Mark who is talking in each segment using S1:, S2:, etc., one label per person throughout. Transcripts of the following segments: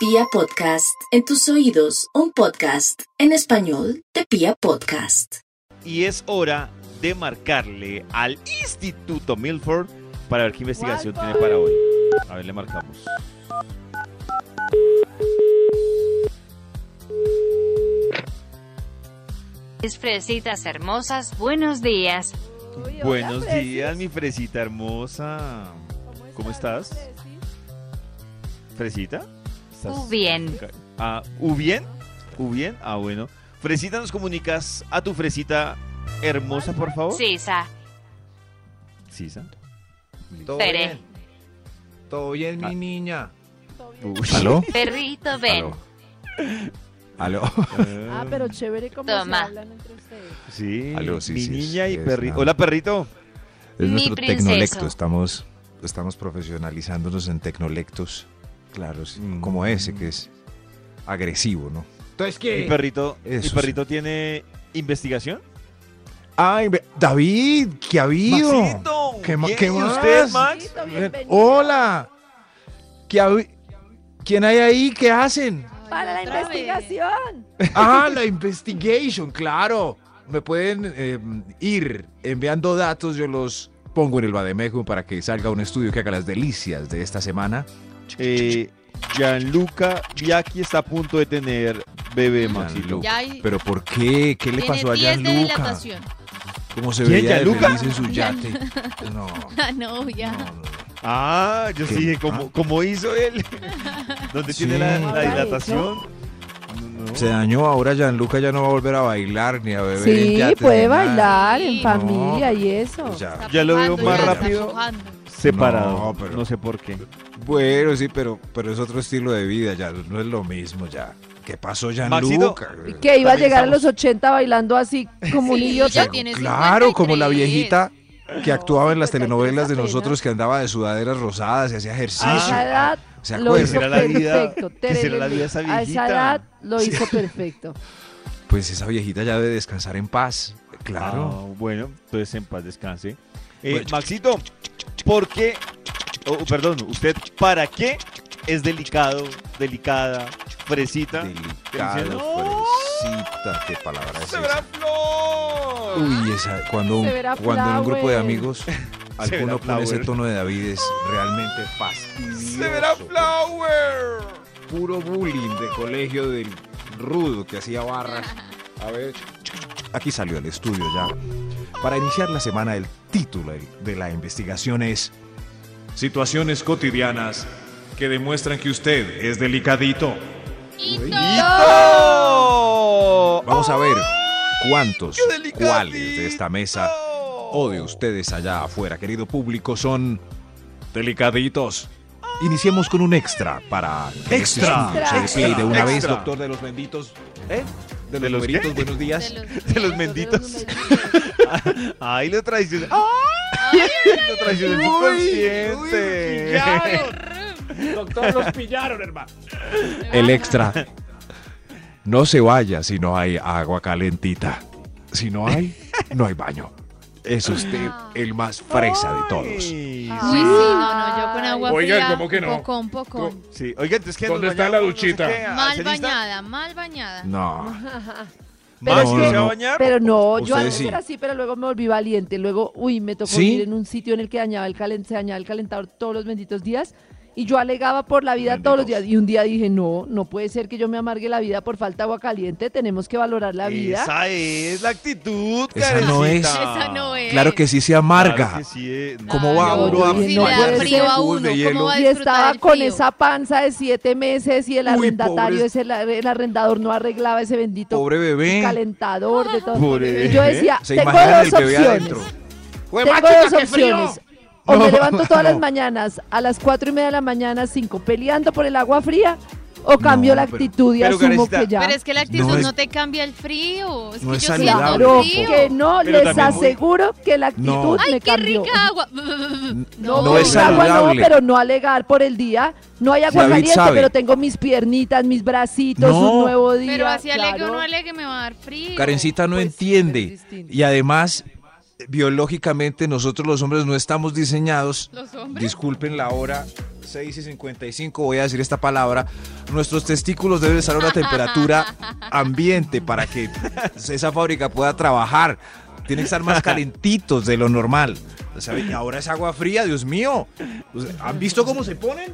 S1: Pia Podcast, en tus oídos, un podcast en español de Pia Podcast.
S2: Y es hora de marcarle al Instituto Milford para ver qué investigación tiene para hoy. A ver, le marcamos.
S3: Es fresitas hermosas, buenos días.
S4: Uy, hola,
S2: Buenos
S4: Preci.
S2: días, mi fresita hermosa. ¿Cómo estás?
S4: Preci?
S2: ¿Fresita? ¿Estás-
S3: Muy bien.
S2: Ah, ¿u bien? ¿U bien? Ah, bueno. Fresita, ¿nos comunicas a tu fresita hermosa, por favor?
S3: Sí, Sa.
S2: Sí, Sa.
S5: Todo
S3: Fere.
S5: bien. Todo bien, mi
S2: Ah.
S5: niña.
S4: Todo bien.
S2: Uy.
S5: ¿Aló?
S3: Perrito, ven.
S5: ¿Aló?
S4: Ah, pero chévere cómo
S3: Toma.
S4: se hablan entre ustedes.
S2: Sí,
S5: Aló, sí,
S2: mi
S5: sí, es-
S2: niña y
S5: es
S2: perrito.
S5: nada.
S2: Hola, perrito.
S5: Es
S3: Mi
S5: nuestro
S3: princeso.
S5: tecnolecto. Estamos, estamos profesionalizándonos en tecnolectos. Claro, sí,
S2: Mm.
S5: como ese que es agresivo, ¿no? Entonces,
S2: Mi perrito,
S5: Eso
S2: mi
S5: sí.
S2: perrito tiene investigación.
S5: ¡Ay, ve- David! ¿Qué ha habido?
S2: Maxito,
S5: ¿Qué ma-
S2: bien,
S5: qué
S2: ¿y
S5: más?
S2: usted, Max?
S4: Maxito, bienvenido.
S5: ¡Hola! ¿Qué ha- ¿Quién hay ahí? ¿Qué hacen?
S4: Para la investigación.
S5: ¡Ah, la investigation! ¡Claro! Me pueden eh, ir enviando datos, yo los pongo en el Bademejo para que salga un estudio que haga las delicias de esta semana.
S2: Eh, Gianluca Viaki está a punto de tener bebé, Maxito.
S5: Gianluca.
S6: Ya hay,
S5: ¿Pero por qué? ¿Qué le pasó a
S6: tiene 10 de
S5: Gianluca?
S6: dilatación.
S5: ¿Cómo se
S2: ¿Quién,
S5: veía de
S2: Gianluca?
S5: feliz en su yate? No,
S6: Ah, no, ya.
S5: no, no.
S2: Ah, yo
S5: ¿Qué?
S2: sí, como,
S5: Ah.
S2: como hizo él. ¿Dónde
S5: Sí.
S2: tiene la, la
S4: Ahora
S2: dilatación? No, no.
S5: Se dañó, ahora Gianluca ya no va a volver a bailar ni a beber en
S4: Sí,
S5: yate,
S4: puede
S5: ni nada.
S4: bailar en
S6: Sí.
S4: familia y eso.
S5: Pues ya.
S6: Está
S2: Ya lo veo
S6: pujando,
S5: más
S6: ya está
S2: rápido.
S6: pujando.
S2: Separado. No,
S5: No, pero-
S2: sé por qué.
S5: Bueno, sí, pero, pero es otro estilo de vida, ya no es lo mismo ya. ¿Qué pasó
S2: Maxito,
S5: Gianluca?
S4: Y que iba a
S2: También
S4: llegar a
S2: estamos-
S4: los 80 bailando así como un
S6: Sí,
S4: idiota.
S6: ya tiene
S5: Claro,
S6: 53.
S5: como la viejita que
S4: No,
S5: actuaba en
S4: 53
S5: las telenovelas de
S4: apenas.
S5: nosotros que andaba de sudaderas rosadas y hacía
S4: A
S5: ejercicio. pues,
S4: esa edad
S2: Ah,
S5: ¿Se
S4: lo hizo
S2: Será la vida-
S4: perfecto.
S2: que será la
S4: tereré.
S2: vida esa
S4: a esa
S2: viejita.
S4: edad lo hizo perfecto.
S5: Pues esa viejita ya debe descansar en paz. Claro.
S2: Ah, bueno, entonces en paz descanse. Eh,
S5: Bueno.
S2: Maxito, ¿por qué? oh, perdón, ¿usted para qué es delicado, delicada, fresita?
S5: Delicado,
S2: No.
S5: pobrecita, qué palabra es esa.
S2: ¡Severa Flor!
S5: Uy, esa, cuando, un-
S4: Se verá
S5: cuando en un grupo de
S4: flower.
S5: amigos
S2: Se verá
S5: alguno pone ese
S2: flower.
S5: tono de David es realmente
S2: ¡Severa
S5: fastidioso.
S2: Flower!
S5: Puro bullying de colegio del rudo que hacía barras. A ver, aquí salió el estudio ya. Para iniciar la semana, el título de la investigación es
S7: Situaciones cotidianas que demuestran que usted es delicadito.
S2: ¡Hito!
S5: Vamos a ver cuántos,
S2: ¡Qué delicadito!
S5: cuáles de esta mesa o de ustedes allá afuera, querido público, son delicaditos. Iniciemos con un extra para que este
S7: Extra.
S5: estudio se despliegue de una
S2: Extra.
S5: vez, doctor de los benditos. ¿Eh? De los,
S2: ¿De los qué?
S5: numeritos, buenos días.
S6: De
S2: De
S6: los
S2: los menditos. Ay, lo traicioné. ¡Ay! Lo traicioné subconsciente.
S7: Doctor, los pillaron, hermano.
S5: El extra. No se vaya si no hay agua calentita. Si no hay, no hay baño. Es usted el más fresa de todos.
S2: Ay,
S4: Ah.
S6: Uy, sí, no, no, yo con agua
S7: Oiga,
S6: fría.
S7: ¿cómo que no?
S6: Pocón, pocón.
S2: Sí, oiga, entonces que
S7: ¿Dónde
S2: nos
S7: está la
S2: bañamos, no sé
S7: duchita?
S2: qué,
S6: Mal
S2: ¿cenista?
S6: bañada, mal bañada.
S5: No.
S4: Pero
S2: Max,
S4: es
S2: ¿no
S4: que-
S2: se va a bañar?
S4: Pero no, yo
S5: Ustedes
S4: antes
S5: sí.
S4: era así, pero luego me volví valiente. Luego, uy, me tocó
S5: ¿Sí?
S4: vivir en un sitio en el que dañaba el calen- se dañaba el calentador todos los benditos días. Y yo alegaba por la vida todos los días.
S5: Benditos.
S4: Y un día dije, no, no puede ser que yo me amargue la vida por falta de agua caliente. Tenemos que valorar la vida.
S2: Esa es la actitud,
S5: Esa no es.
S2: Karencita.
S6: Esa no es.
S5: Claro que sí se
S2: Claro
S5: amarga.
S2: que sí es.
S5: ¿Cómo va
S6: Claro,
S5: uno a
S6: si le
S4: bañarse
S6: da frío a
S4: en
S5: cubos
S6: uno,
S5: de hielo?
S6: ¿cómo va a
S4: Y estaba
S6: disfrutar el
S4: con
S6: frío?
S4: esa panza de siete meses y el
S5: Uy,
S4: arrendatario,
S5: pobre-
S4: ese, el, el arrendador no arreglaba ese bendito
S5: Pobre bebé.
S4: calentador de todo.
S2: Pobre
S4: Y yo
S2: bebé.
S4: decía,
S5: Se
S4: tengo
S5: imaginan
S4: dos
S5: el bebé
S4: opciones.
S5: adentro.
S4: Tengo dos opciones. O
S5: No,
S4: me levanto todas las
S5: no.
S4: mañanas a las cuatro y media de la mañana, cinco, peleando por el agua fría, o cambio
S5: No,
S4: la
S5: pero-
S4: actitud y
S2: pero,
S4: asumo
S2: Karencita,
S4: que ya.
S6: Pero es que la actitud
S5: No
S6: no,
S5: es-
S6: te cambia el frío. Es
S5: no
S6: que
S5: es
S6: yo siento
S5: saludable
S4: claro
S5: frío.
S4: que no,
S2: Pero
S4: les
S2: también-
S4: aseguro que la actitud
S5: No.
S4: me
S6: ¡Ay, qué
S4: cambió.
S6: rica agua!
S5: No,
S4: pues,
S5: es
S4: agua
S5: saludable.
S4: No, pero no alegar por el día. No hay agua
S5: David
S4: caliente,
S5: sabe.
S4: pero tengo mis piernitas, mis bracitos,
S5: No.
S4: un nuevo día.
S6: Pero así alegre
S4: claro.
S6: o no alegre me va a dar frío.
S5: Karencita no
S4: Pues sí, pero es
S5: entiende.
S4: distinto.
S5: Y además, biológicamente nosotros los hombres no estamos diseñados.
S6: Los hombres.
S5: Disculpen la hora 6 y 55, voy a decir esta palabra. Nuestros testículos deben estar a una temperatura ambiente para que esa fábrica pueda trabajar. Tienen que estar más calentitos de lo normal. O sea, y ahora es agua fría, Dios mío. O sea, ¿Han visto cómo se ponen?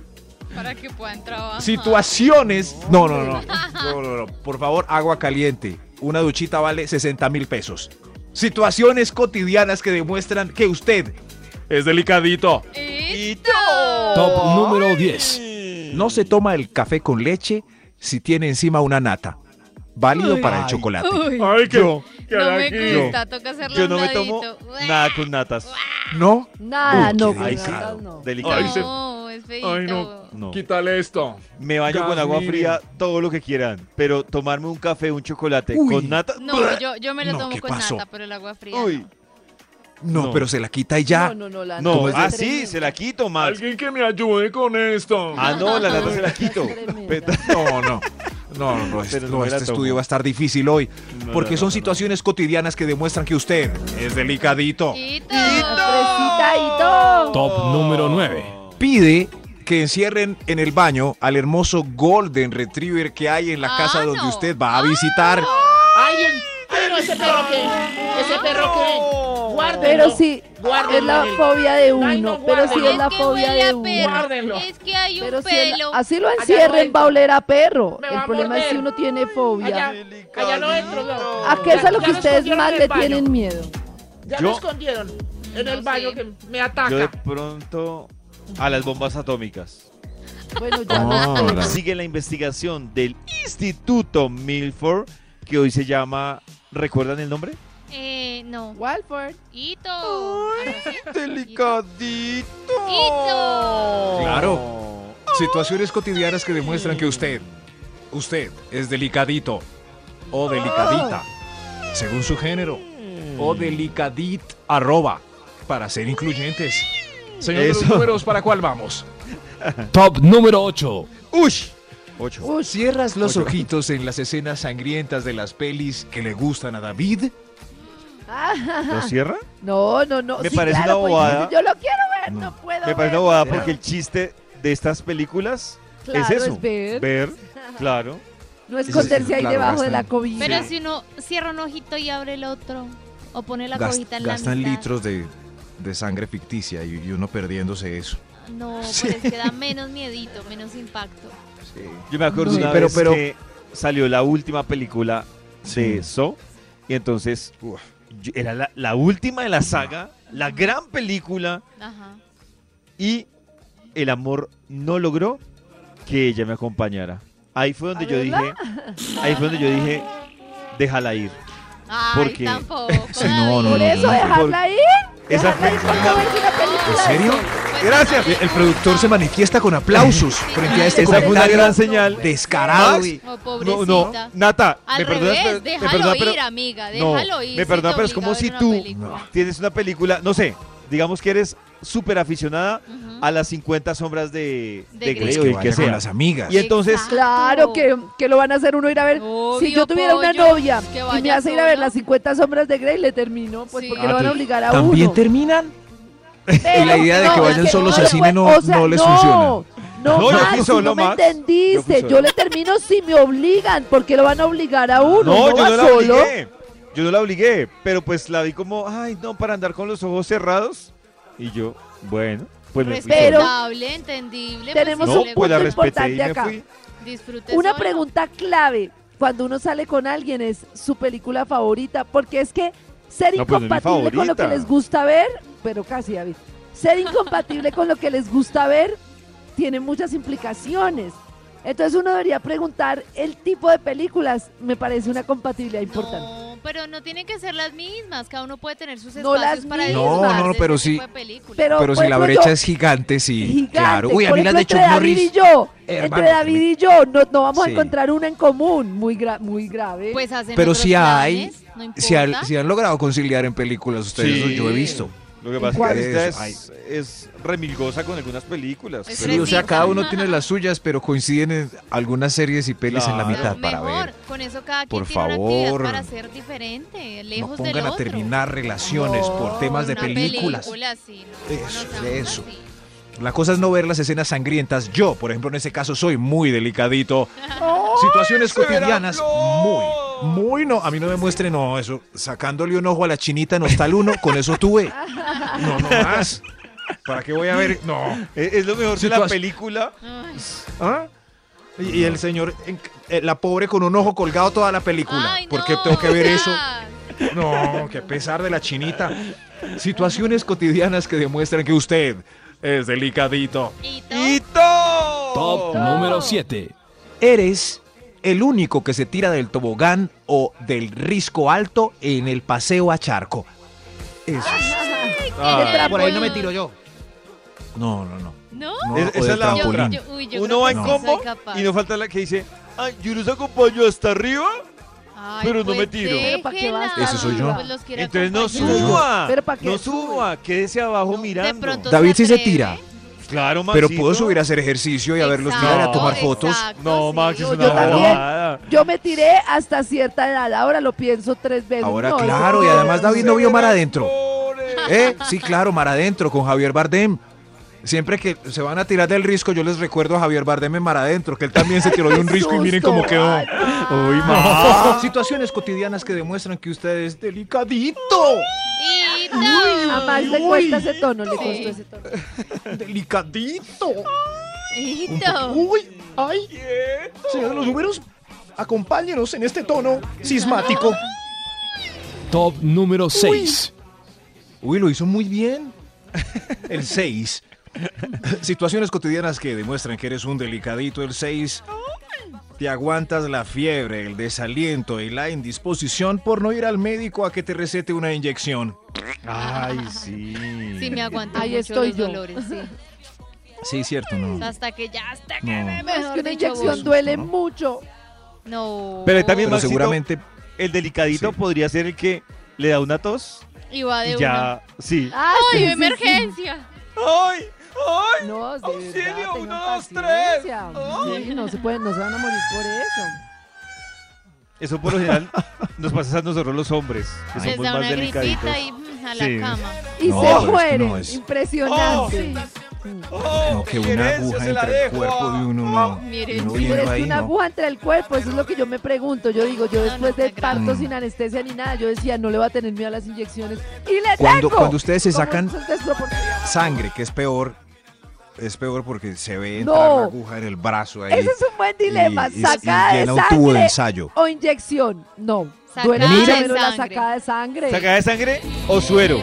S6: Para que puedan trabajar.
S5: situaciones. No, no, no. No, no, no. Por favor, agua caliente. Una duchita vale 60 mil pesos. Situaciones cotidianas que demuestran que usted
S7: Es delicadito.
S6: Y-
S8: Top número 10.
S5: no se toma el café con leche si tiene encima una nata. Válido para el chocolate.
S6: Uy,
S7: Ay, qué. qué
S6: no me
S7: araquillo.
S6: gusta, toca hacerlo
S2: Yo
S6: a un
S2: no me tomo
S6: ladito. Uah,
S2: nada con natas.
S5: No.
S4: Nada,
S5: Uy,
S4: Ah, no,
S5: qué
S4: con
S2: Ay,
S4: las
S5: delicado.
S4: nalgas no.
S2: Delicado.
S7: Ay, se-
S6: No, es feito.
S7: Ay, no.
S2: No.
S7: Quítale esto.
S2: Me baño con agua
S7: Jasmine.
S2: fría, todo lo que quieran, pero tomarme un café, un chocolate
S5: Uy.
S2: con nata.
S6: No, yo, yo me lo
S5: No, ¿qué
S6: tomo con
S5: pasó?
S6: nata, pero el agua fría.
S2: Uy.
S5: No,
S2: No.
S5: pero se la quita y ya.
S4: No, no, no, la
S2: No,
S4: nalga
S2: ah,
S4: es
S2: sí,
S4: tremenda.
S2: se la quito, Max.
S7: Alguien que me ayude con esto.
S2: Ah, no, la nata se la
S4: es
S2: quito.
S4: tremenda.
S2: Peta-
S5: No, no. No, no, no, este,
S2: Pero
S5: no,
S2: no me la
S5: este
S2: tomo.
S5: estudio va a estar difícil hoy.
S2: No,
S5: Porque
S2: no,
S5: son
S2: no, no.
S5: situaciones cotidianas que demuestran que usted es delicadito.
S6: Quito.
S4: Fresita y todo.
S8: Top número 9.
S5: pide que encierren en el baño al hermoso Golden Retriever que hay en la
S6: Ah,
S5: casa
S6: no.
S5: donde usted va a visitar.
S9: Ay, el- ay, no, ese perro que. Ese perro
S2: Oh,
S9: que. Guárdenlo.
S4: Pero sí,
S9: Guárdenlo,
S4: es la
S9: Miguel.
S4: fobia de
S9: Ay, no,
S4: uno, pero sí
S9: guárdenlo.
S4: es la
S6: que
S4: fobia
S6: huele a
S4: de uno.
S6: perro.
S9: Guárdenlo.
S6: Es que hay un
S4: Pero si el-
S6: pelo.
S4: así lo
S9: Allá no
S4: encierren,
S9: entro.
S4: va a oler a perro.
S9: Me va
S4: el
S9: a
S4: problema es
S9: morder.
S4: si uno tiene fobia.
S9: Allá, allá no entro. no.
S4: ¿A qué es a lo
S9: Ya
S4: que
S9: me
S4: ustedes
S9: escondieron
S4: más
S9: en el
S4: le
S9: baño.
S4: tienen miedo?
S9: Ya
S2: Yo-
S9: me escondieron en el
S6: No
S9: baño
S6: sé.
S9: que me
S2: Yo de
S9: ataca.
S2: pronto a las bombas atómicas.
S4: Bueno,
S6: Ah.
S4: ya no.
S2: Sigue la investigación del Instituto Milford, que hoy se llama. ¿Recuerdan el nombre?
S6: Eh, no.
S4: Walford.
S6: Hito. ¿Algo así?
S2: Delicadito.
S6: Hito.
S5: Claro. Situaciones cotidianas que demuestran que usted, usted es delicadito o delicadita, según su género, o delicadit arroba, para ser incluyentes. Señor de los
S2: Eso.
S5: números, ¿para cuál vamos?
S8: Top número 8.
S2: Ush. Ocho.
S5: Oh, ¿Cierras los ojitos en las escenas sangrientas de las pelis que le gustan a David?
S2: ¿Lo cierra?
S4: Ah, No, no, no.
S2: Me
S4: sí,
S2: parece
S4: claro,
S2: una
S4: pues,
S2: bobada.
S4: Yo lo quiero ver, no, puedo.
S2: Me parece
S4: ver.
S2: una bobada porque el chiste de estas películas es
S4: Claro,
S2: eso.
S4: es ver.
S2: Claro.
S4: No
S5: Eso sí,
S4: esconderse ahí
S5: claro,
S4: debajo de la
S5: gastan.
S4: comida.
S6: Pero si uno cierra un ojito y abre el otro. O pone la
S5: Gas-
S6: cojita en la
S5: gastan
S6: mitad.
S5: litros de, de sangre ficticia y, y uno perdiéndose eso.
S6: No, pero es que da menos miedito, menos impacto.
S2: Yo me acuerdo
S5: Sí,
S2: una
S5: pero-
S2: vez
S5: pero-
S2: que salió la última película
S5: Sí.
S2: de So y entonces
S5: Uf.
S2: yo- era la, la última de la saga, la gran película
S6: Ajá.
S2: y el amor no logró que ella me acompañara. Ahí fue
S5: ¿Ah,
S2: donde
S4: ¿A
S2: yo
S4: verdad?
S2: dije, ahí fue donde yo dije, déjala ir.
S6: Ay,
S2: Porque-
S6: tampoco.
S5: Sí, no,
S6: David.
S4: Por
S5: no, no,
S4: eso,
S2: Mm.
S5: no,
S4: dejarla ir.
S2: Esa
S4: Dejarla ir porque no es una película.
S5: ¿En serio?
S6: Pues,
S5: Gracias. El productor se manifiesta con aplausos frente a este comentario
S2: señal.
S5: descarado.
S2: Max,
S5: y-
S6: Oh,
S2: No,
S6: pobrecita.
S2: no, Nata,
S6: Al
S2: me perdonas,
S6: revés,
S2: pero- me
S6: déjalo
S2: perdonas, pero-
S6: ir, amiga,
S2: No,
S6: déjalo ir.
S2: Me
S6: si
S2: perdona,
S6: te
S2: pero es
S6: obliga
S2: como
S6: a ver
S2: si
S6: una
S2: tú
S6: película.
S2: tienes una película, no sé, digamos que eres súper aficionada
S6: Ujú.
S2: a las 50 sombras de,
S6: De
S2: de
S6: Grey.
S2: Grey
S5: Pues
S2: o
S5: que
S2: el que
S5: vaya con
S2: sea.
S5: las amigas.
S2: Y entonces,
S6: Exacto.
S4: Claro, que, que lo van a hacer uno ir a ver. si
S6: Obvio,
S4: yo tuviera una
S6: pollo,
S4: novia
S6: que
S4: y me
S6: vaya
S4: hace ir a ver
S6: solo.
S4: las 50 sombras de Grey, le termino, pues
S6: Sí.
S4: porque
S6: Ah,
S4: lo van a
S5: tú-
S4: obligar a
S5: ¿También
S4: uno.
S5: terminan?
S4: Pero
S5: Y la idea de que vayan
S4: es
S5: solos
S4: no
S5: al
S4: le
S5: cine
S4: fue-
S5: no- no les
S4: No,
S2: No, yo
S4: Max,
S2: fui
S4: tú
S2: solo,
S4: no me
S2: Max. Yo fui
S4: entendiste. Yo,
S2: solo.
S4: le termino si me obligan, porque lo van a obligar a uno.
S2: no, yo
S4: va
S2: no la
S4: solo.
S2: obligué. Yo no la obligué, pero pues la vi como, ay, no, para andar con los ojos cerrados. Y yo, bueno, pues me fui
S4: Pero-
S2: solo.
S6: Respetable, entendible.
S4: Tenemos
S6: si
S2: No,
S4: un
S6: le
S2: pues la
S4: punto
S6: gusta,
S2: respeté y
S4: importante
S2: me
S4: acá.
S2: fui.
S6: disfrute
S4: Una
S6: solo.
S4: pregunta clave cuando uno sale con alguien es su película favorita, porque es que ser
S2: No, pues, no es mi
S4: incompatible con lo que
S2: favorita.
S4: les gusta ver, pero casi David, ser incompatible con lo que les gusta ver tiene muchas implicaciones. Entonces uno debería preguntar el tipo de películas, me parece una compatibilidad importante.
S6: No, pero no tienen que ser las mismas. Cada uno puede tener sus
S4: No
S6: espacios
S4: las
S6: para
S4: mismas.
S5: No,
S6: disfrutar
S5: no,
S6: de
S5: pero
S6: este
S5: sí.
S6: tipo de películas.
S4: Pero,
S5: Pero
S4: por
S5: si la
S4: ejemplo,
S5: brecha
S4: yo-
S5: es gigante, sí.
S4: gigante.
S5: Claro. Uy, a
S4: Por
S5: mí las
S4: ejemplo,
S5: de Chuck
S4: entre
S5: Norris.
S4: David y yo,
S5: hermano,
S4: entre David y yo, no, no vamos
S5: Sí.
S4: a encontrar una en común muy, gra- muy grave.
S6: Pues hacen
S5: Pero
S6: otros
S5: si hay-
S6: planes, no
S5: Si,
S6: importa.
S5: al- si han logrado conciliar en películas ustedes,
S2: Sí.
S5: eso yo he visto.
S2: Lo que pasa
S5: ¿Cuál?
S2: es que
S5: Eso,
S2: esta es, es remilgosa con algunas películas.
S6: Es
S2: pero-
S5: Sí, o sea,
S6: Fresita.
S5: cada uno tiene las suyas, pero coinciden en algunas series y pelis en la
S2: Claro.
S5: mitad para
S6: Mejor,
S5: ver.
S6: con con eso cada quien
S5: Por
S6: tiene una actividad
S5: favor.
S6: para ser diferente,
S5: No
S6: lejos del
S5: pongan
S6: otro.
S5: a terminar relaciones por temas de
S6: Una
S5: películas.
S6: película, sí, no,
S5: Eso,
S6: no seamos
S5: de eso.
S6: así.
S5: La cosa es no ver las escenas sangrientas. Yo, por ejemplo, en ese caso soy muy delicadito. Situaciones cotidianas, muy, muy no. A mí no me muestren, no, eso, sacándole un ojo a la chinita en Hostal 1, con eso tuve. No, no más. ¿Para qué voy a ver? No.
S2: Es, es lo mejor de la
S5: Situación-
S2: película.
S6: Ay.
S5: ¿Ah? Y, y el señor, en- eh, la pobre con un ojo colgado toda la película.
S6: Ay,
S5: ¿Por qué
S6: no,
S5: tengo que ver
S6: ya.
S5: eso? No, que pesar de la chinita. Situaciones cotidianas que demuestran que usted es delicadito.
S6: Y todo.
S2: ¡Hito!
S8: Top número 7.
S5: ¿Eres el único que se tira del tobogán o del risco alto en el paseo a charco? Eso.
S4: Ay, por ahí no
S6: me tiro
S5: yo. No, no, no.
S6: ¿No?
S5: No,
S2: Es-
S5: o
S2: esa
S5: del
S2: es la otra.
S5: trampolín.
S6: Yo- yo- uy, yo
S2: Uno
S6: creo
S2: va
S6: que
S2: en
S6: sí soy
S2: combo
S6: capaz.
S2: y no falta la que dice, ay, yo los acompaño hasta arriba.
S6: Ay,
S2: pero no
S6: pues
S2: me tiro.
S4: Pero ¿pa' qué vas
S6: déjenla,
S5: Ese soy yo.
S6: pues los quiere
S2: Entonces no
S6: acompañar.
S2: suba.
S4: Pero ¿pa' qué
S2: no
S4: sube?
S2: suba, quédese abajo
S6: De
S2: mirando.
S6: pronto
S5: David sí se
S6: atreve.
S5: tira,
S2: Claro,
S5: pero
S2: Maxito.
S5: puedo subir a hacer ejercicio y a verlos
S6: Exacto,
S5: mirar, a tomar fotos.
S6: exacto,
S2: No,
S6: sí.
S2: Max, es
S4: Yo-
S2: una
S4: yo también.
S2: bobada.
S4: Yo me tiré hasta cierta edad, ahora lo pienso tres veces.
S5: Ahora,
S4: No, eso
S5: claro, y
S4: no.
S5: además David no vio mar adentro.
S2: Pobre.
S5: ¿Eh? Sí, claro, Mar Adentro, con Javier Bardem. Siempre que se van a tirar del risco, yo les recuerdo a Javier Bardem en Mar Adentro, que él también se tiró de un
S4: Qué
S5: risco y miren
S4: susto.
S5: cómo quedó.
S4: Ay,
S5: Uy, Situaciones cotidianas que demuestran que usted es delicadito.
S6: Y no.
S4: A Max le
S5: Uy.
S4: cuesta ese tono, le costó
S6: Sí.
S4: ese tono.
S5: Delicadito.
S6: Y
S5: Uy, ay. Señor de los números, acompáñenos en este tono sismático.
S8: Top número 6.
S5: Uy, lo hizo muy bien. El 6. Situaciones cotidianas que demuestran que eres un delicadito. El 6. Te aguantas la fiebre, el desaliento y la indisposición por no ir al médico a que te recete una inyección.
S2: Ay, sí.
S6: Sí me aguanto
S4: Ahí
S6: mucho
S4: estoy
S6: los
S4: yo.
S6: dolores, sí.
S5: Sí, cierto,
S6: O
S5: no.
S6: sea, hasta que ya, hasta que
S5: No.
S6: me
S4: No, es
S6: mejor
S4: que una
S6: dicho,
S4: inyección
S6: voy.
S4: duele mucho.
S6: No.
S2: Pero también,
S5: Pero
S2: Maxito,
S5: seguramente
S2: el delicadito
S5: Sí.
S2: podría ser el que le da una tos
S6: Iba de
S2: y
S6: una.
S2: ya, sí.
S4: Ah, sí,
S6: ¡Ay,
S4: sí, sí.
S6: emergencia!
S2: ¡Ay! ¡Ay!
S4: No, de
S2: Auxilio,
S4: verdad, tengan
S2: uno, dos,
S4: paciencia.
S2: tres. Ay.
S4: Sí, no se pueden, no se van a morir por eso.
S2: Eso por lo general nos pasa a nosotros los hombres, que
S6: Les
S2: somos
S6: da
S2: más
S6: una
S2: delicaditos.
S6: gripita y mm, a la
S2: Sí.
S6: cama.
S4: Y
S5: No, pero es
S4: se
S5: que
S4: mueren.
S5: no es- Oh.
S4: Impresionante.
S2: Oh,
S5: No, que una aguja entre el cuerpo de uno. no.
S6: Miren,
S5: Uno
S6: sí,
S5: viendo
S4: Pero es que
S5: ahí,
S4: una
S5: no.
S4: aguja entre el cuerpo, eso es lo que yo me pregunto. Yo digo, yo
S6: No,
S4: después
S6: no,
S4: de
S6: está grave.
S4: parto
S5: Mm.
S4: sin anestesia ni nada, yo decía, no le va a tener miedo a las inyecciones. Y le
S5: Cuando-
S4: tengo.
S5: cuando ustedes se
S4: Como
S5: sacan-
S4: eso es desproporcionado.
S5: Sangre, que es peor. Es peor porque se ve entrar
S4: No.
S5: la aguja en el brazo ahí.
S4: Ese es un buen dilema.
S5: y- y-
S4: sacada
S5: y
S4: de
S5: llena un tubo de
S4: sangre
S5: ensayo.
S4: o inyección. No.
S6: Sacada
S4: Duele
S6: de
S4: mucho, pero la
S6: sangre.
S4: sacada de sangre.
S2: ¿Sacada de sangre o suero?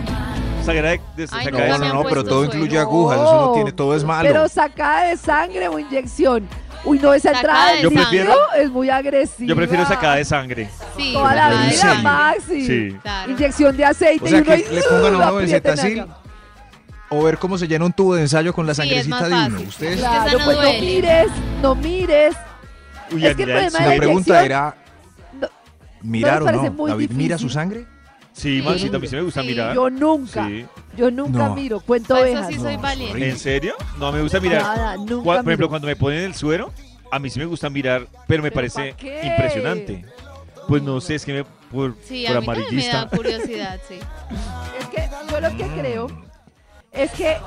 S2: Sacada de, de-
S6: Ay,
S2: sacada de
S5: No,
S6: nunca
S5: no,
S6: me
S2: sangre.
S6: han
S5: no, pero
S6: puesto
S5: todo
S6: suero.
S5: incluye agujas, eso no
S4: No,
S5: tiene, todo es malo.
S4: Pero sacada de sangre o inyección. Uy, no, esa entrada
S6: Sacada
S4: del
S6: de Yo
S4: líquido
S2: prefiero-
S4: es muy agresiva.
S2: Yo prefiero sacada de sangre.
S6: Sí,
S4: Toda la
S5: prefiero
S6: ay,
S4: vida,
S5: sangre.
S4: Maxi.
S2: Sí.
S6: Claro.
S4: Inyección de aceite
S5: O sea,
S4: y uno
S5: que
S4: ahí, uh,
S5: le pongan a
S4: lo
S5: uno el
S4: aprieten
S5: Cetacil
S4: acá.
S5: o ver cómo se llena un tubo de ensayo con la
S6: Sí, es
S5: sangrecita
S6: más
S5: de uno.
S6: fácil.
S5: Ustedes,
S6: Claro.
S4: Claro,
S6: no
S4: pues no
S6: duele.
S4: mires, no mires.
S2: Uy,
S4: Es que el
S2: admirar
S4: problema
S5: la
S4: de-
S2: suero.
S5: pregunta
S4: inyección?
S5: era
S4: No-
S5: mirar
S4: ¿no les
S5: o
S4: parece
S5: no.
S4: muy
S5: David mira su
S4: difícil?
S5: sangre.
S2: Sí,
S6: Sí.
S2: Maxito, a mí sí me gusta
S6: Sí,
S2: mirar.
S4: Yo nunca,
S2: Sí.
S4: yo nunca
S5: ¿Ah? No.
S4: miro, cuento
S6: Para Pues eso
S4: ovejas.
S6: sí
S5: No,
S6: soy
S5: es
S6: valiente.
S5: horrible.
S2: ¿En serio? No, me gusta mirar.
S4: Nada, nunca
S2: Cua- Por ejemplo,
S4: miro.
S2: cuando me ponen el suero, a mí sí me gusta mirar, pero me
S4: ¿Pero
S2: parece
S4: pa' qué?
S2: impresionante. Pues no sé, es que me, por,
S6: Sí,
S2: por
S6: a mí también me da
S2: amarillista.
S6: curiosidad, sí.
S4: Es que yo lo que creo es que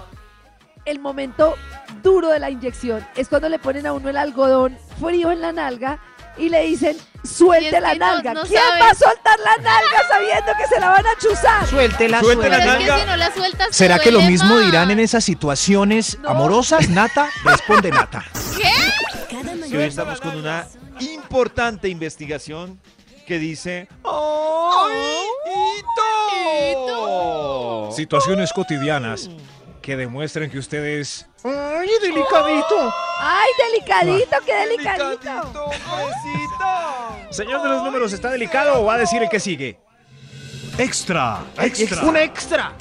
S4: el momento duro de la inyección es cuando le ponen a uno el algodón frío en la nalga y le dicen,
S6: Y
S4: suelte
S6: es
S4: la
S6: que no-
S4: nalga.
S6: no
S4: ¿Quién
S6: saben.
S4: va a soltar la nalga sabiendo que se la van a chuzar?
S5: Suéltela,
S2: Suéltela,
S6: Pero
S2: suéltela.
S6: es que
S2: nalga.
S6: si no la sueltas, te
S5: ¿Será que lo
S6: duele
S5: mismo
S6: más.
S5: dirán en esas situaciones
S4: No.
S5: amorosas? Nata, responde Nata.
S2: Que hoy estamos con una importante investigación que dice... ¡Ay, hito!
S5: Situaciones cotidianas que demuestran que ustedes. ¡Ay, delicadito!
S4: Ay, delicadito, qué delicadito.
S5: Señor de los números, ¿está delicado o va a decir el que sigue?
S7: Extra, extra.
S5: Un extra.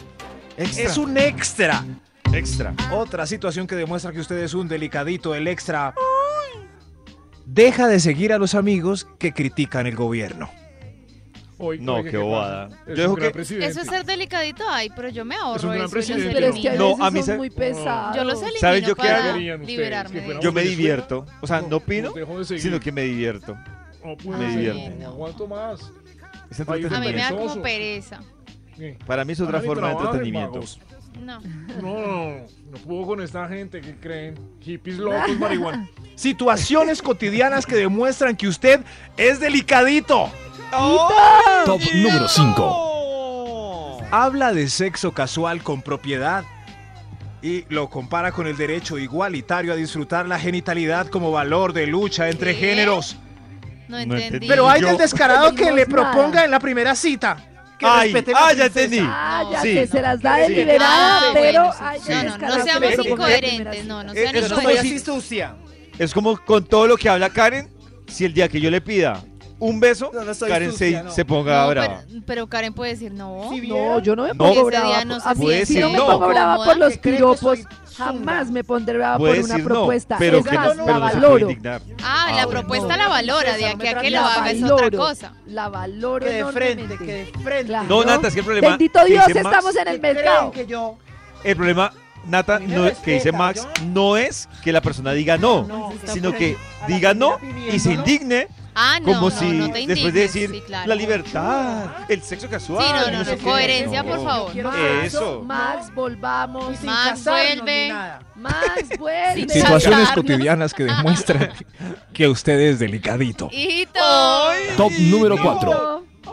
S2: Extra.
S5: Es un extra.
S2: Extra.
S5: Otra situación que demuestra que usted es un delicadito, el extra. Deja de seguir a los amigos que critican el gobierno.
S2: No, qué bobada. Yo dejo que...
S6: Eso es ser delicadito, ay, pero yo me ahorro.
S7: Es un gran
S6: eso y los
S7: presidente.
S4: Pero es que a
S6: elimino.
S2: No,
S4: veces
S2: a mí
S4: son
S2: se-
S4: muy pesados.
S6: yo los elimino
S2: ¿Saben yo qué
S6: para
S2: hago?
S6: liberarme de
S2: Yo me
S7: Venezuela.
S2: divierto. O sea, no opino,
S7: Los dejo de seguir.
S2: sino que me divierto.
S10: No
S2: Me
S10: puede
S2: divierte.
S10: ser. No aguanto más.
S2: Es entretenimiento.
S10: Ay,
S9: A mí me da
S10: Perezoso.
S9: como
S6: pereza.
S10: ¿Qué?
S2: Para mí es otra
S10: Paren,
S2: forma de
S10: trabajen,
S2: entretenimiento.
S10: vagos.
S6: No.
S10: No, no, no, no puedo con esta gente que creen hippies locos marihuana.
S7: Situaciones cotidianas que demuestran que usted es delicadito.
S8: Top número 5.
S5: Habla de sexo casual con propiedad y lo compara con el derecho igualitario a disfrutar la genitalidad como valor de lucha entre
S6: ¿Qué?
S5: géneros.
S6: No
S2: entendí.
S6: entendí.
S2: Pero hay
S4: del descarado que le proponga
S7: en la primera cita.
S2: ¡Ay! ¡Ah, ya entendí!
S4: Ah, ya
S2: Sí.
S4: que se las da de
S2: Sí.
S4: liberada,
S6: Ah,
S4: pero
S6: bueno, sí,
S4: hay
S6: sí.
S4: que
S6: No, no, no
S4: descargar
S6: seamos
S4: que le proponga la primera
S6: incoherentes,
S4: cita.
S6: no, no
S2: Eh,
S6: sean
S2: es como
S6: incoherentes.
S2: si-
S9: sucia.
S2: Es como con todo lo que habla Karen, si el día que yo le pida un beso,
S9: No, no soy
S2: Karen
S9: sucia,
S2: se,
S9: no.
S2: se ponga
S6: No,
S2: brava.
S6: pero, pero Karen puede decir no.
S9: Si
S4: No,
S9: viera-
S4: yo no me
S2: No.
S4: pongo
S6: Ese
S4: brava.
S6: día no se
S4: A mí
S2: siente
S4: sí no me
S2: cómodo.
S4: pongo brava por los
S9: Que cree que soy
S4: piropos.
S9: zunga.
S4: Jamás me pondré brava por
S2: Puede
S4: una
S2: decir no,
S4: propuesta.
S2: pero,
S4: Esa
S2: que no, pero
S4: la
S2: no se puede
S4: valoro.
S2: indignar.
S6: Ah, la
S2: bueno.
S6: propuesta
S9: No,
S6: la
S9: no,
S6: valora, de
S9: princesa, no
S6: aquí a
S9: me
S6: que
S9: trates
S6: lo
S9: mal.
S6: haga es otra cosa.
S4: La valoro
S9: Que de frente,
S4: enormemente.
S9: que de frente.
S4: Claro.
S2: No, Nata, es que el problema.
S4: Bendito
S2: que
S4: Dios,
S2: dice Max-
S4: estamos en el
S9: Que
S4: mercado.
S9: creen que yo.
S2: El problema, Nata,
S9: A mí me
S2: no es- que dice
S9: respeta,
S2: Max,
S9: yo-
S2: no es que la persona diga no,
S9: No,
S6: está
S2: sino
S6: por
S2: que
S9: ahí.
S2: diga
S9: A la
S2: no
S9: primera
S2: y se
S9: pidiéndolo.
S2: indigne,
S6: Ah, no,
S2: como
S6: no,
S2: si
S6: no te indignes.
S2: después de decir
S6: sí, claro.
S2: la libertad, el sexo
S6: Sí,
S2: casual.
S6: no, no,
S2: sé
S6: no,
S2: qué.
S6: coherencia, por
S2: No.
S6: favor.
S9: Quiero
S2: Eso.
S9: hacer
S4: Max, volvamos.
S9: Y sin
S6: Max,
S9: casarnos ni
S6: vuelve.
S9: nada.
S4: Max, vuelve.
S6: Sí, Situación.
S5: Situaciones
S6: Casarnos.
S5: cotidianas que demuestran que usted es delicadito.
S6: Hijito.
S8: Top número 4.
S4: No,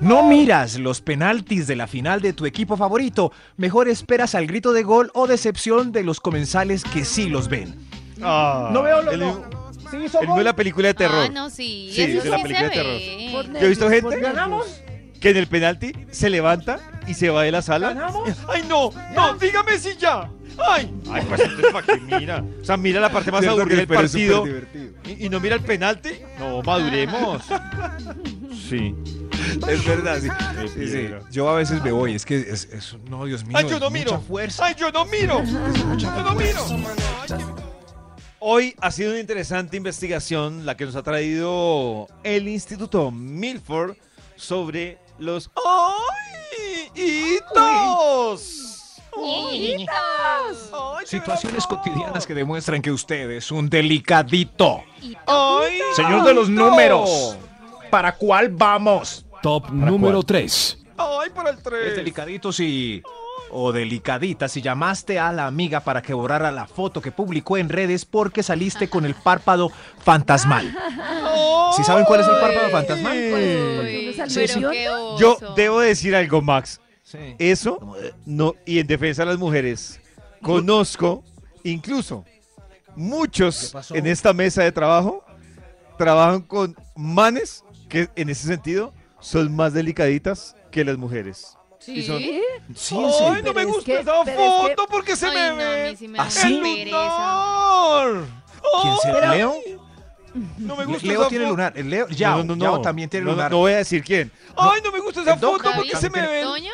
S5: No miras los penaltis de la final de tu equipo favorito. Mejor esperas al grito de gol o decepción de los comensales que sí los ven.
S2: Ah,
S9: No veo los
S2: el-
S9: dos. Sí,
S2: el mío
S9: somos.
S2: es la película de terror.
S6: Ah, no, sí.
S2: Sí,
S6: eso
S2: de la
S6: sí
S2: película
S6: se
S2: de terror.
S4: por
S6: ve.
S2: Yo he visto gente-
S4: nervios, por nervios.
S9: Ganamos.
S2: Que en el penalti se levanta y se va de la sala.
S9: ¿Ganamos?
S2: ¡Ay, no! ¡No! ¡Dígame si ya! ¡Ay! ¡Ay, pues entonces, ¿pa' qué mira! O sea, mira la parte más
S5: Cierto que
S2: aburrida del
S5: pero es
S2: partido
S5: superdivertido.
S2: y, y no mira el penalti. No, maduremos. Sí.
S5: Es verdad, sí.
S2: Qué
S5: Sí, sí.
S2: piedra.
S5: Yo a veces me voy, es que es, es- no, Dios mío.
S2: ¡Ay, yo
S5: es
S2: no
S5: mucha
S2: miro!
S5: fuerza.
S2: ¡Ay, yo no miro! ¡Yo no miro! Hoy ha sido una interesante investigación la que nos ha traído el Instituto Milford sobre los ¡Ay! ¡Hitos! ¡Ay,
S5: Situaciones cotidianas que demuestran que usted es un delicadito.
S2: ¡Ay!
S7: Señor de los
S2: hijito!
S7: números. ¿Para cuál vamos?
S8: Top número 3.
S2: ¡Ay, para el
S5: Es
S2: 3!
S5: delicadito si... O delicadita si llamaste a la amiga para que borrara la foto que publicó en redes porque saliste con el párpado fantasmal. ¿Sí saben cuál es el párpado fantasmal?
S4: ¿Por qué no es
S6: Uy, pero
S4: alusión?
S6: qué oso.
S2: Yo debo decir algo, Max.
S5: Sí.
S2: Eso no, y en defensa de las mujeres, conozco incluso muchos en esta mesa de trabajo trabajan con manes que en ese sentido son más delicaditas que las mujeres.
S6: Sí.
S2: son-
S6: Ay,
S5: Sí, en serio.
S4: no me Pero es gusta que- esa pero es que- foto
S2: porque se
S6: no, a mí sí me da
S5: ¿Así?
S6: pereza.
S5: ¿Quién se
S4: Pero-
S5: Leo?
S2: No me gusta
S5: Leo tiene lunar. El Leo, Yao, Yao también tiene
S2: No, no,
S5: lunar.
S2: No voy a decir quién. Ay, no me gusta esa
S5: El Doc
S2: foto porque
S6: David,
S2: se me ven.
S6: ¿Toño?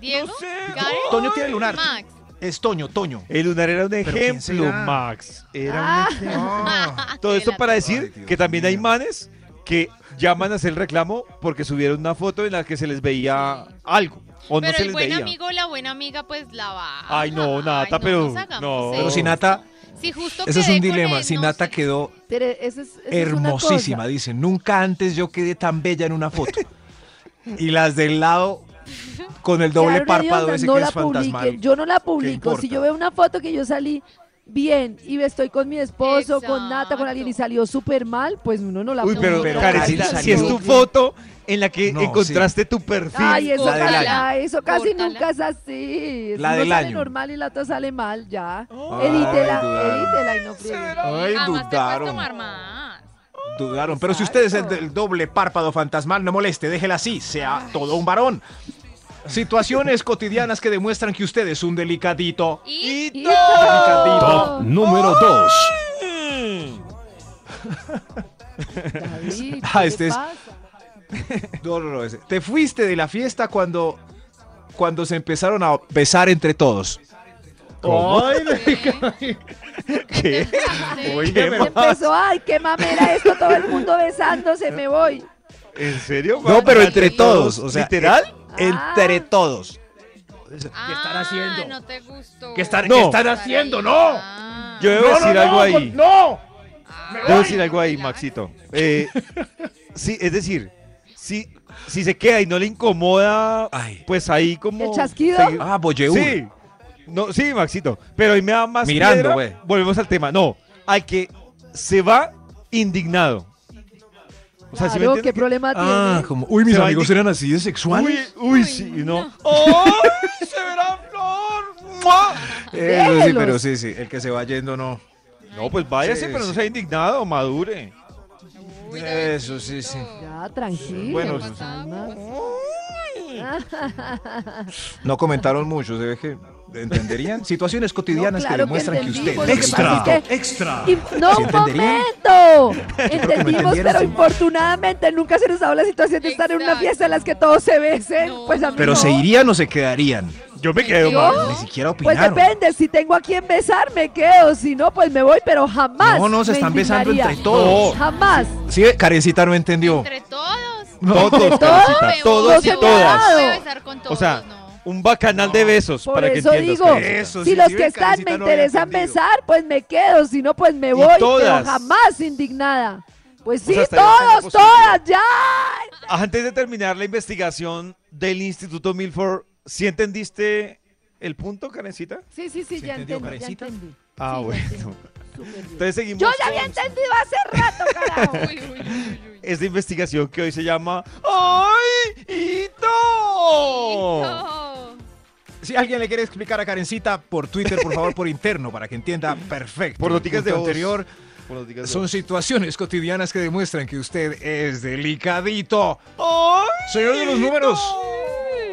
S6: ¿Diego?
S2: sé. Oh.
S6: ¿Karen?
S5: Toño tiene lunar.
S6: Max.
S5: Es Toño, Toño.
S2: El lunar era un
S5: quién
S2: ejemplo,
S5: será?
S2: Max. Era un
S4: Ah,
S2: Todo esto para decir
S5: Ay, Dios
S2: que también hay
S5: mío.
S2: manes que llaman a hacer reclamo porque subieron una foto en la que se les veía algo o
S6: Pero
S2: no se
S6: el
S2: les
S6: buen
S2: veía.
S6: amigo, la buena amiga, pues la va.
S2: Ay, no, Nata, pero- no.
S5: Pero si Nata,
S6: Si justo
S5: ese es
S6: quedé
S5: un
S6: con
S5: dilema.
S6: él,
S5: Si
S6: no
S5: Nata
S6: sé.
S5: quedó
S4: Pero esa es- esa es una cosa.
S5: hermosísima, dice, nunca antes yo quedé tan bella en una foto. y las del lado con el doble
S4: Quedaron
S5: párpado
S4: idiotas,
S5: ese
S4: no
S5: que
S4: la
S5: es fantasmal.
S4: publiquen. Yo no la publico.
S5: importa?
S4: Si yo veo una foto que yo salí bien y estoy con mi esposo, con Nata, con
S6: Exacto.
S4: alguien y salió súper mal, pues uno no la
S2: Uy, pero,
S4: publica.
S5: pero
S2: Karencita,
S5: Karencita
S2: si es
S5: salió
S2: tu
S5: bien.
S2: foto en la que
S5: No,
S2: encontraste tu perfil.
S4: Ay, eso,
S5: La del
S4: casi-
S5: año.
S4: ay, eso casi
S6: Córtala.
S4: nunca es así.
S5: La
S4: Uno
S5: del
S4: sale
S5: año.
S4: normal y la otra sale mal, ya.
S5: Ay,
S4: edítela,
S5: dudaron.
S4: edítela y no friegue.
S5: Ay,
S6: Además, te puedes
S5: dudaron,
S6: tomar más.
S5: dudaron. Pero si usted es el
S4: Exacto.
S5: del doble párpado fantasmal, no moleste, déjela así, sea todo un varón. Situaciones cotidianas que demuestran que usted es un delicadito. Oh.
S6: Y
S4: Y-
S8: Top número 2.
S4: David,
S5: Ah,
S4: ¿qué
S5: este
S4: le
S5: es-
S4: pasa?
S5: No, no, no, ese. Te fuiste de la fiesta cuando, cuando se empezaron a besar entre todos.
S10: Ay, delicadito.
S2: ¿Qué? Oye,
S4: Se empezó, ay, qué mamera esto, todo el mundo besándose, me voy.
S2: ¿En serio?
S5: No, pero entre todos, o sea, eh,
S2: ¿Literal?
S5: Entre
S4: Ah.
S5: todos.
S6: ¿Qué
S10: están haciendo?
S6: Ah, No te gustó. Ah.
S10: ¿Qué están,
S2: No.
S10: qué están haciendo? ¡No!
S2: Yo debo decir algo ahí.
S10: ¡No!
S2: Debo decir algo ahí, Maxito. Eh, sí, es decir, si, si se queda y no le incomoda, pues ahí como...
S4: ¿El chasquido?
S5: Ah, voyeur.
S2: Sí, no, sí, Maxito, pero ahí me da más
S5: Mirando,
S2: piedra.
S5: güey.
S2: Volvemos al tema, no, al que se va indignado. O sea, si me
S4: Claro,
S2: entiendes
S4: ¿qué
S2: que-
S4: problema
S5: Ah,
S4: tiene?
S5: como, uy, mis
S2: Se va
S5: amigos
S2: indi-
S5: eran así de sexuales.
S2: Uy, uy, sí, y no.
S10: ¡Ay, se verá flor! ¡Mua!
S5: Eso sí,
S4: Déjelos.
S5: Eh, pero sí, sí, el que se va yendo no.
S2: No, pues váyase,
S5: Sí,
S2: pero no
S5: sí.
S2: sea indignado, madure.
S5: Eso sí, sí.
S4: Ya, tranquilo.
S2: Bueno,
S4: con
S2: sí.
S4: calma.
S5: No comentaron mucho, se ve que entenderían situaciones cotidianas
S4: No,
S5: que
S4: claro que
S5: demuestran que
S4: entendimos,
S5: usted
S4: lo que
S5: extra.
S4: pasa es que-
S7: extra.
S4: Y- ¡No,
S5: ¿Sí
S4: un
S5: entenderían?
S4: momento!
S5: creo que me
S4: Entendimos,
S5: entendieron,
S4: pero
S5: sí.
S4: infortunadamente nunca se nos da la situación de estar en una
S11: Exacto.
S4: fiesta en las que todos se besen.
S11: No,
S4: pues a
S11: no,
S4: mí
S5: Pero
S4: no.
S5: se irían o se quedarían.
S2: Yo me quedo
S11: Dios.
S2: mal.
S5: Ni siquiera
S4: Pues
S5: opinaron.
S4: depende, si tengo a quien besar me quedo, si no pues me voy, pero jamás.
S5: No, no, se
S4: me
S5: están besando
S4: indignaría.
S5: entre todos.
S4: Jamás.
S5: Sí, Karencita no entendió.
S11: Entre todos.
S2: Todos,
S11: No,
S2: Karencita,
S11: me
S2: todos
S11: voy,
S2: y
S11: me voy,
S2: todas.
S11: me voy a besar con todos,
S2: O sea,
S11: no.
S2: un bacanal de besos
S4: Por
S2: para que
S4: eso
S2: entiendas.
S4: digo,
S2: Karencita.
S5: Eso
S4: si
S5: sí,
S4: los
S5: sí,
S4: que
S5: ven,
S4: están me
S5: Karencita no había
S4: interesan
S5: entendido.
S4: besar, pues me quedo, si no pues me voy, pero
S2: todas.
S4: jamás indignada. Pues
S2: O sea,
S4: sí,
S2: hasta ahí va a ser
S4: todos,
S2: posible.
S4: todas, ya.
S2: Antes de terminar la investigación del Instituto Milford, ¿sí entendiste el punto, Karencita?
S4: Sí, sí, sí,
S5: ¿Se
S4: ya
S5: entendió,
S4: entendí, ya
S5: Karencita?
S4: entendí.
S2: Ah,
S4: Sí, ya
S2: bueno.
S4: Súper bien.
S2: Entonces seguimos.
S4: Yo ya
S2: con
S4: había entendido hace rato, carajo.
S11: Uy, uy, uy, uy, uy.
S2: Esta investigación que hoy se llama ¡Ay, Hito!
S11: No.
S5: Si alguien le quiere explicar a Karencita por Twitter, por favor, por interno, para que entienda perfecto.
S2: Por
S5: El
S2: noticas de
S5: punto
S2: voz.
S5: anterior
S2: Bueno, digas-
S5: son situaciones cotidianas que demuestran que usted es delicadito. Señor de los números.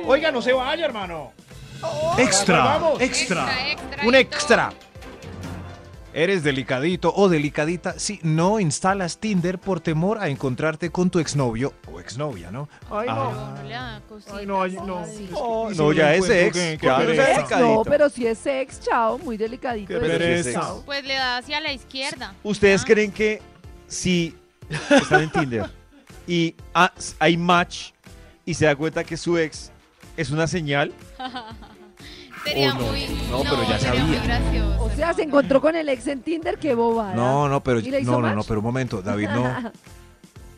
S10: Oiga, no se vaya, hermano.
S7: Extra.
S10: Vamos.
S7: Extra.
S11: extra.
S5: Un
S11: y
S5: extra. Eres delicadito o delicadita si no instalas Tinder por temor a encontrarte con tu exnovio o exnovia, ¿no?
S10: Ay,
S11: todo.
S10: no.
S11: No, no le hagan cositas.
S10: Ay, no, ay, no.
S11: Sí.
S2: Oh,
S5: Y si
S2: no,
S5: no
S2: ya es
S5: encuentro
S2: ex.
S5: que-
S2: ya
S10: que
S2: es
S10: pereza.
S4: Ex, no,
S2: pecadito.
S4: pero si es ex, chao, muy delicadito.
S10: Qué
S4: es.
S10: pereza.
S11: Pues le da hacia la izquierda.
S2: ¿Ustedes
S11: Ah.
S2: creen que si están en Tinder y ah, s- hay match y se da cuenta que su ex es una señal?
S11: Sería
S2: Oh, no.
S11: muy.
S5: No, pero ya
S11: sería muy
S5: sabía.
S11: gracioso.
S4: O sea, se encontró con el ex en Tinder, qué bobada.
S5: No, no, pero
S4: ¿Y le hizo
S5: no, no,
S4: match?
S5: no, pero un momento, David, no.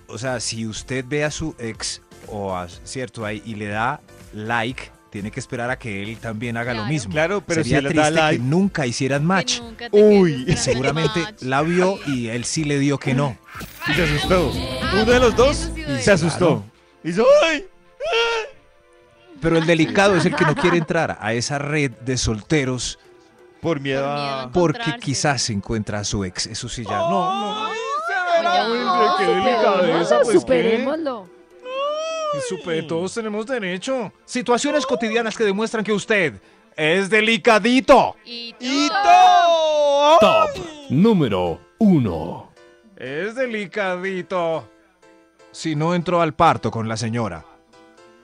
S5: O sea, si usted ve a su ex o a cierto ahí y le da like, tiene que esperar a que él también haga lo
S11: Claro.
S5: mismo.
S2: Claro, pero
S5: Sería
S2: si le da
S5: triste
S2: like.
S5: que nunca hicieran match.
S11: Que nunca te
S2: Uy,
S11: quedes
S2: y
S11: esperando
S5: Seguramente
S11: match.
S5: la vio y él sí le dio que no.
S2: Y se asustó.
S11: Ah,
S2: Uno de los dos
S11: eso sí duele.
S2: se asustó. Hizo, ¡ay!
S5: Pero el delicado es el que no quiere entrar a esa red de solteros
S2: Por miedo
S11: Por miedo a-
S2: a...
S5: porque
S11: Encontrarse.
S5: quizás se encuentra a su ex. Eso sí ya. No, no.
S10: Ay, qué delicadeza,
S4: Superémoslo,
S10: pues qué.
S4: superémoslo.
S10: Super, todos tenemos derecho.
S5: Situaciones cotidianas que demuestran que usted es delicadito.
S11: Y tú.
S2: ¡Hito!
S8: Top número 1.
S5: Es delicadito. Si no entró al parto con la señora.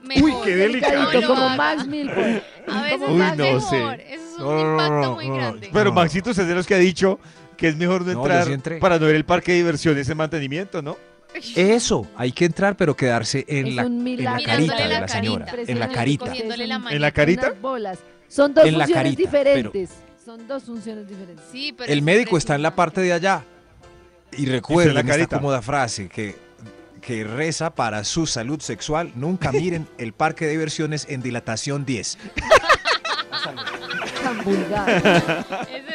S11: Mejor.
S10: Uy, qué delicado.
S4: Delicadito,
S11: No,
S4: como
S11: no,
S4: Max Milford.
S11: A veces
S2: Uy,
S11: más
S2: no
S11: mejor.
S2: sé.
S11: Eso es
S5: No,
S11: un
S5: no, no,
S11: impacto
S5: no,
S11: muy
S5: no, no.
S11: grande.
S2: Pero
S5: No.
S2: Maxito usted es de los que ha dicho que es mejor no
S5: No, yo
S2: entrar
S5: sí entré.
S2: para no ver el parque de diversiones en mantenimiento, ¿no?
S5: Eso, hay que que entrar, pero quedarse en,
S4: Es
S5: la,
S4: un
S5: en la
S4: milagro.
S5: carita
S11: Mirándole
S5: de
S11: la
S5: la
S11: carita.
S5: señora. En la
S11: Impresionante.
S5: carita.
S11: Cogiéndole la mano.
S2: ¿En la carita?
S4: Unas bolas. Son dos
S5: En la
S4: funciones
S5: carita,
S4: diferentes. Son dos funciones diferentes.
S11: Sí, pero
S5: El
S11: es
S5: médico está en la parte
S11: impresionante.
S5: de allá. Y
S2: Y se la
S5: recuerden esta
S2: carita.
S5: cómoda frase que, que reza para su salud sexual. Nunca miren el parque de diversiones en dilatación 10.
S4: Tan vulgar.
S11: Ese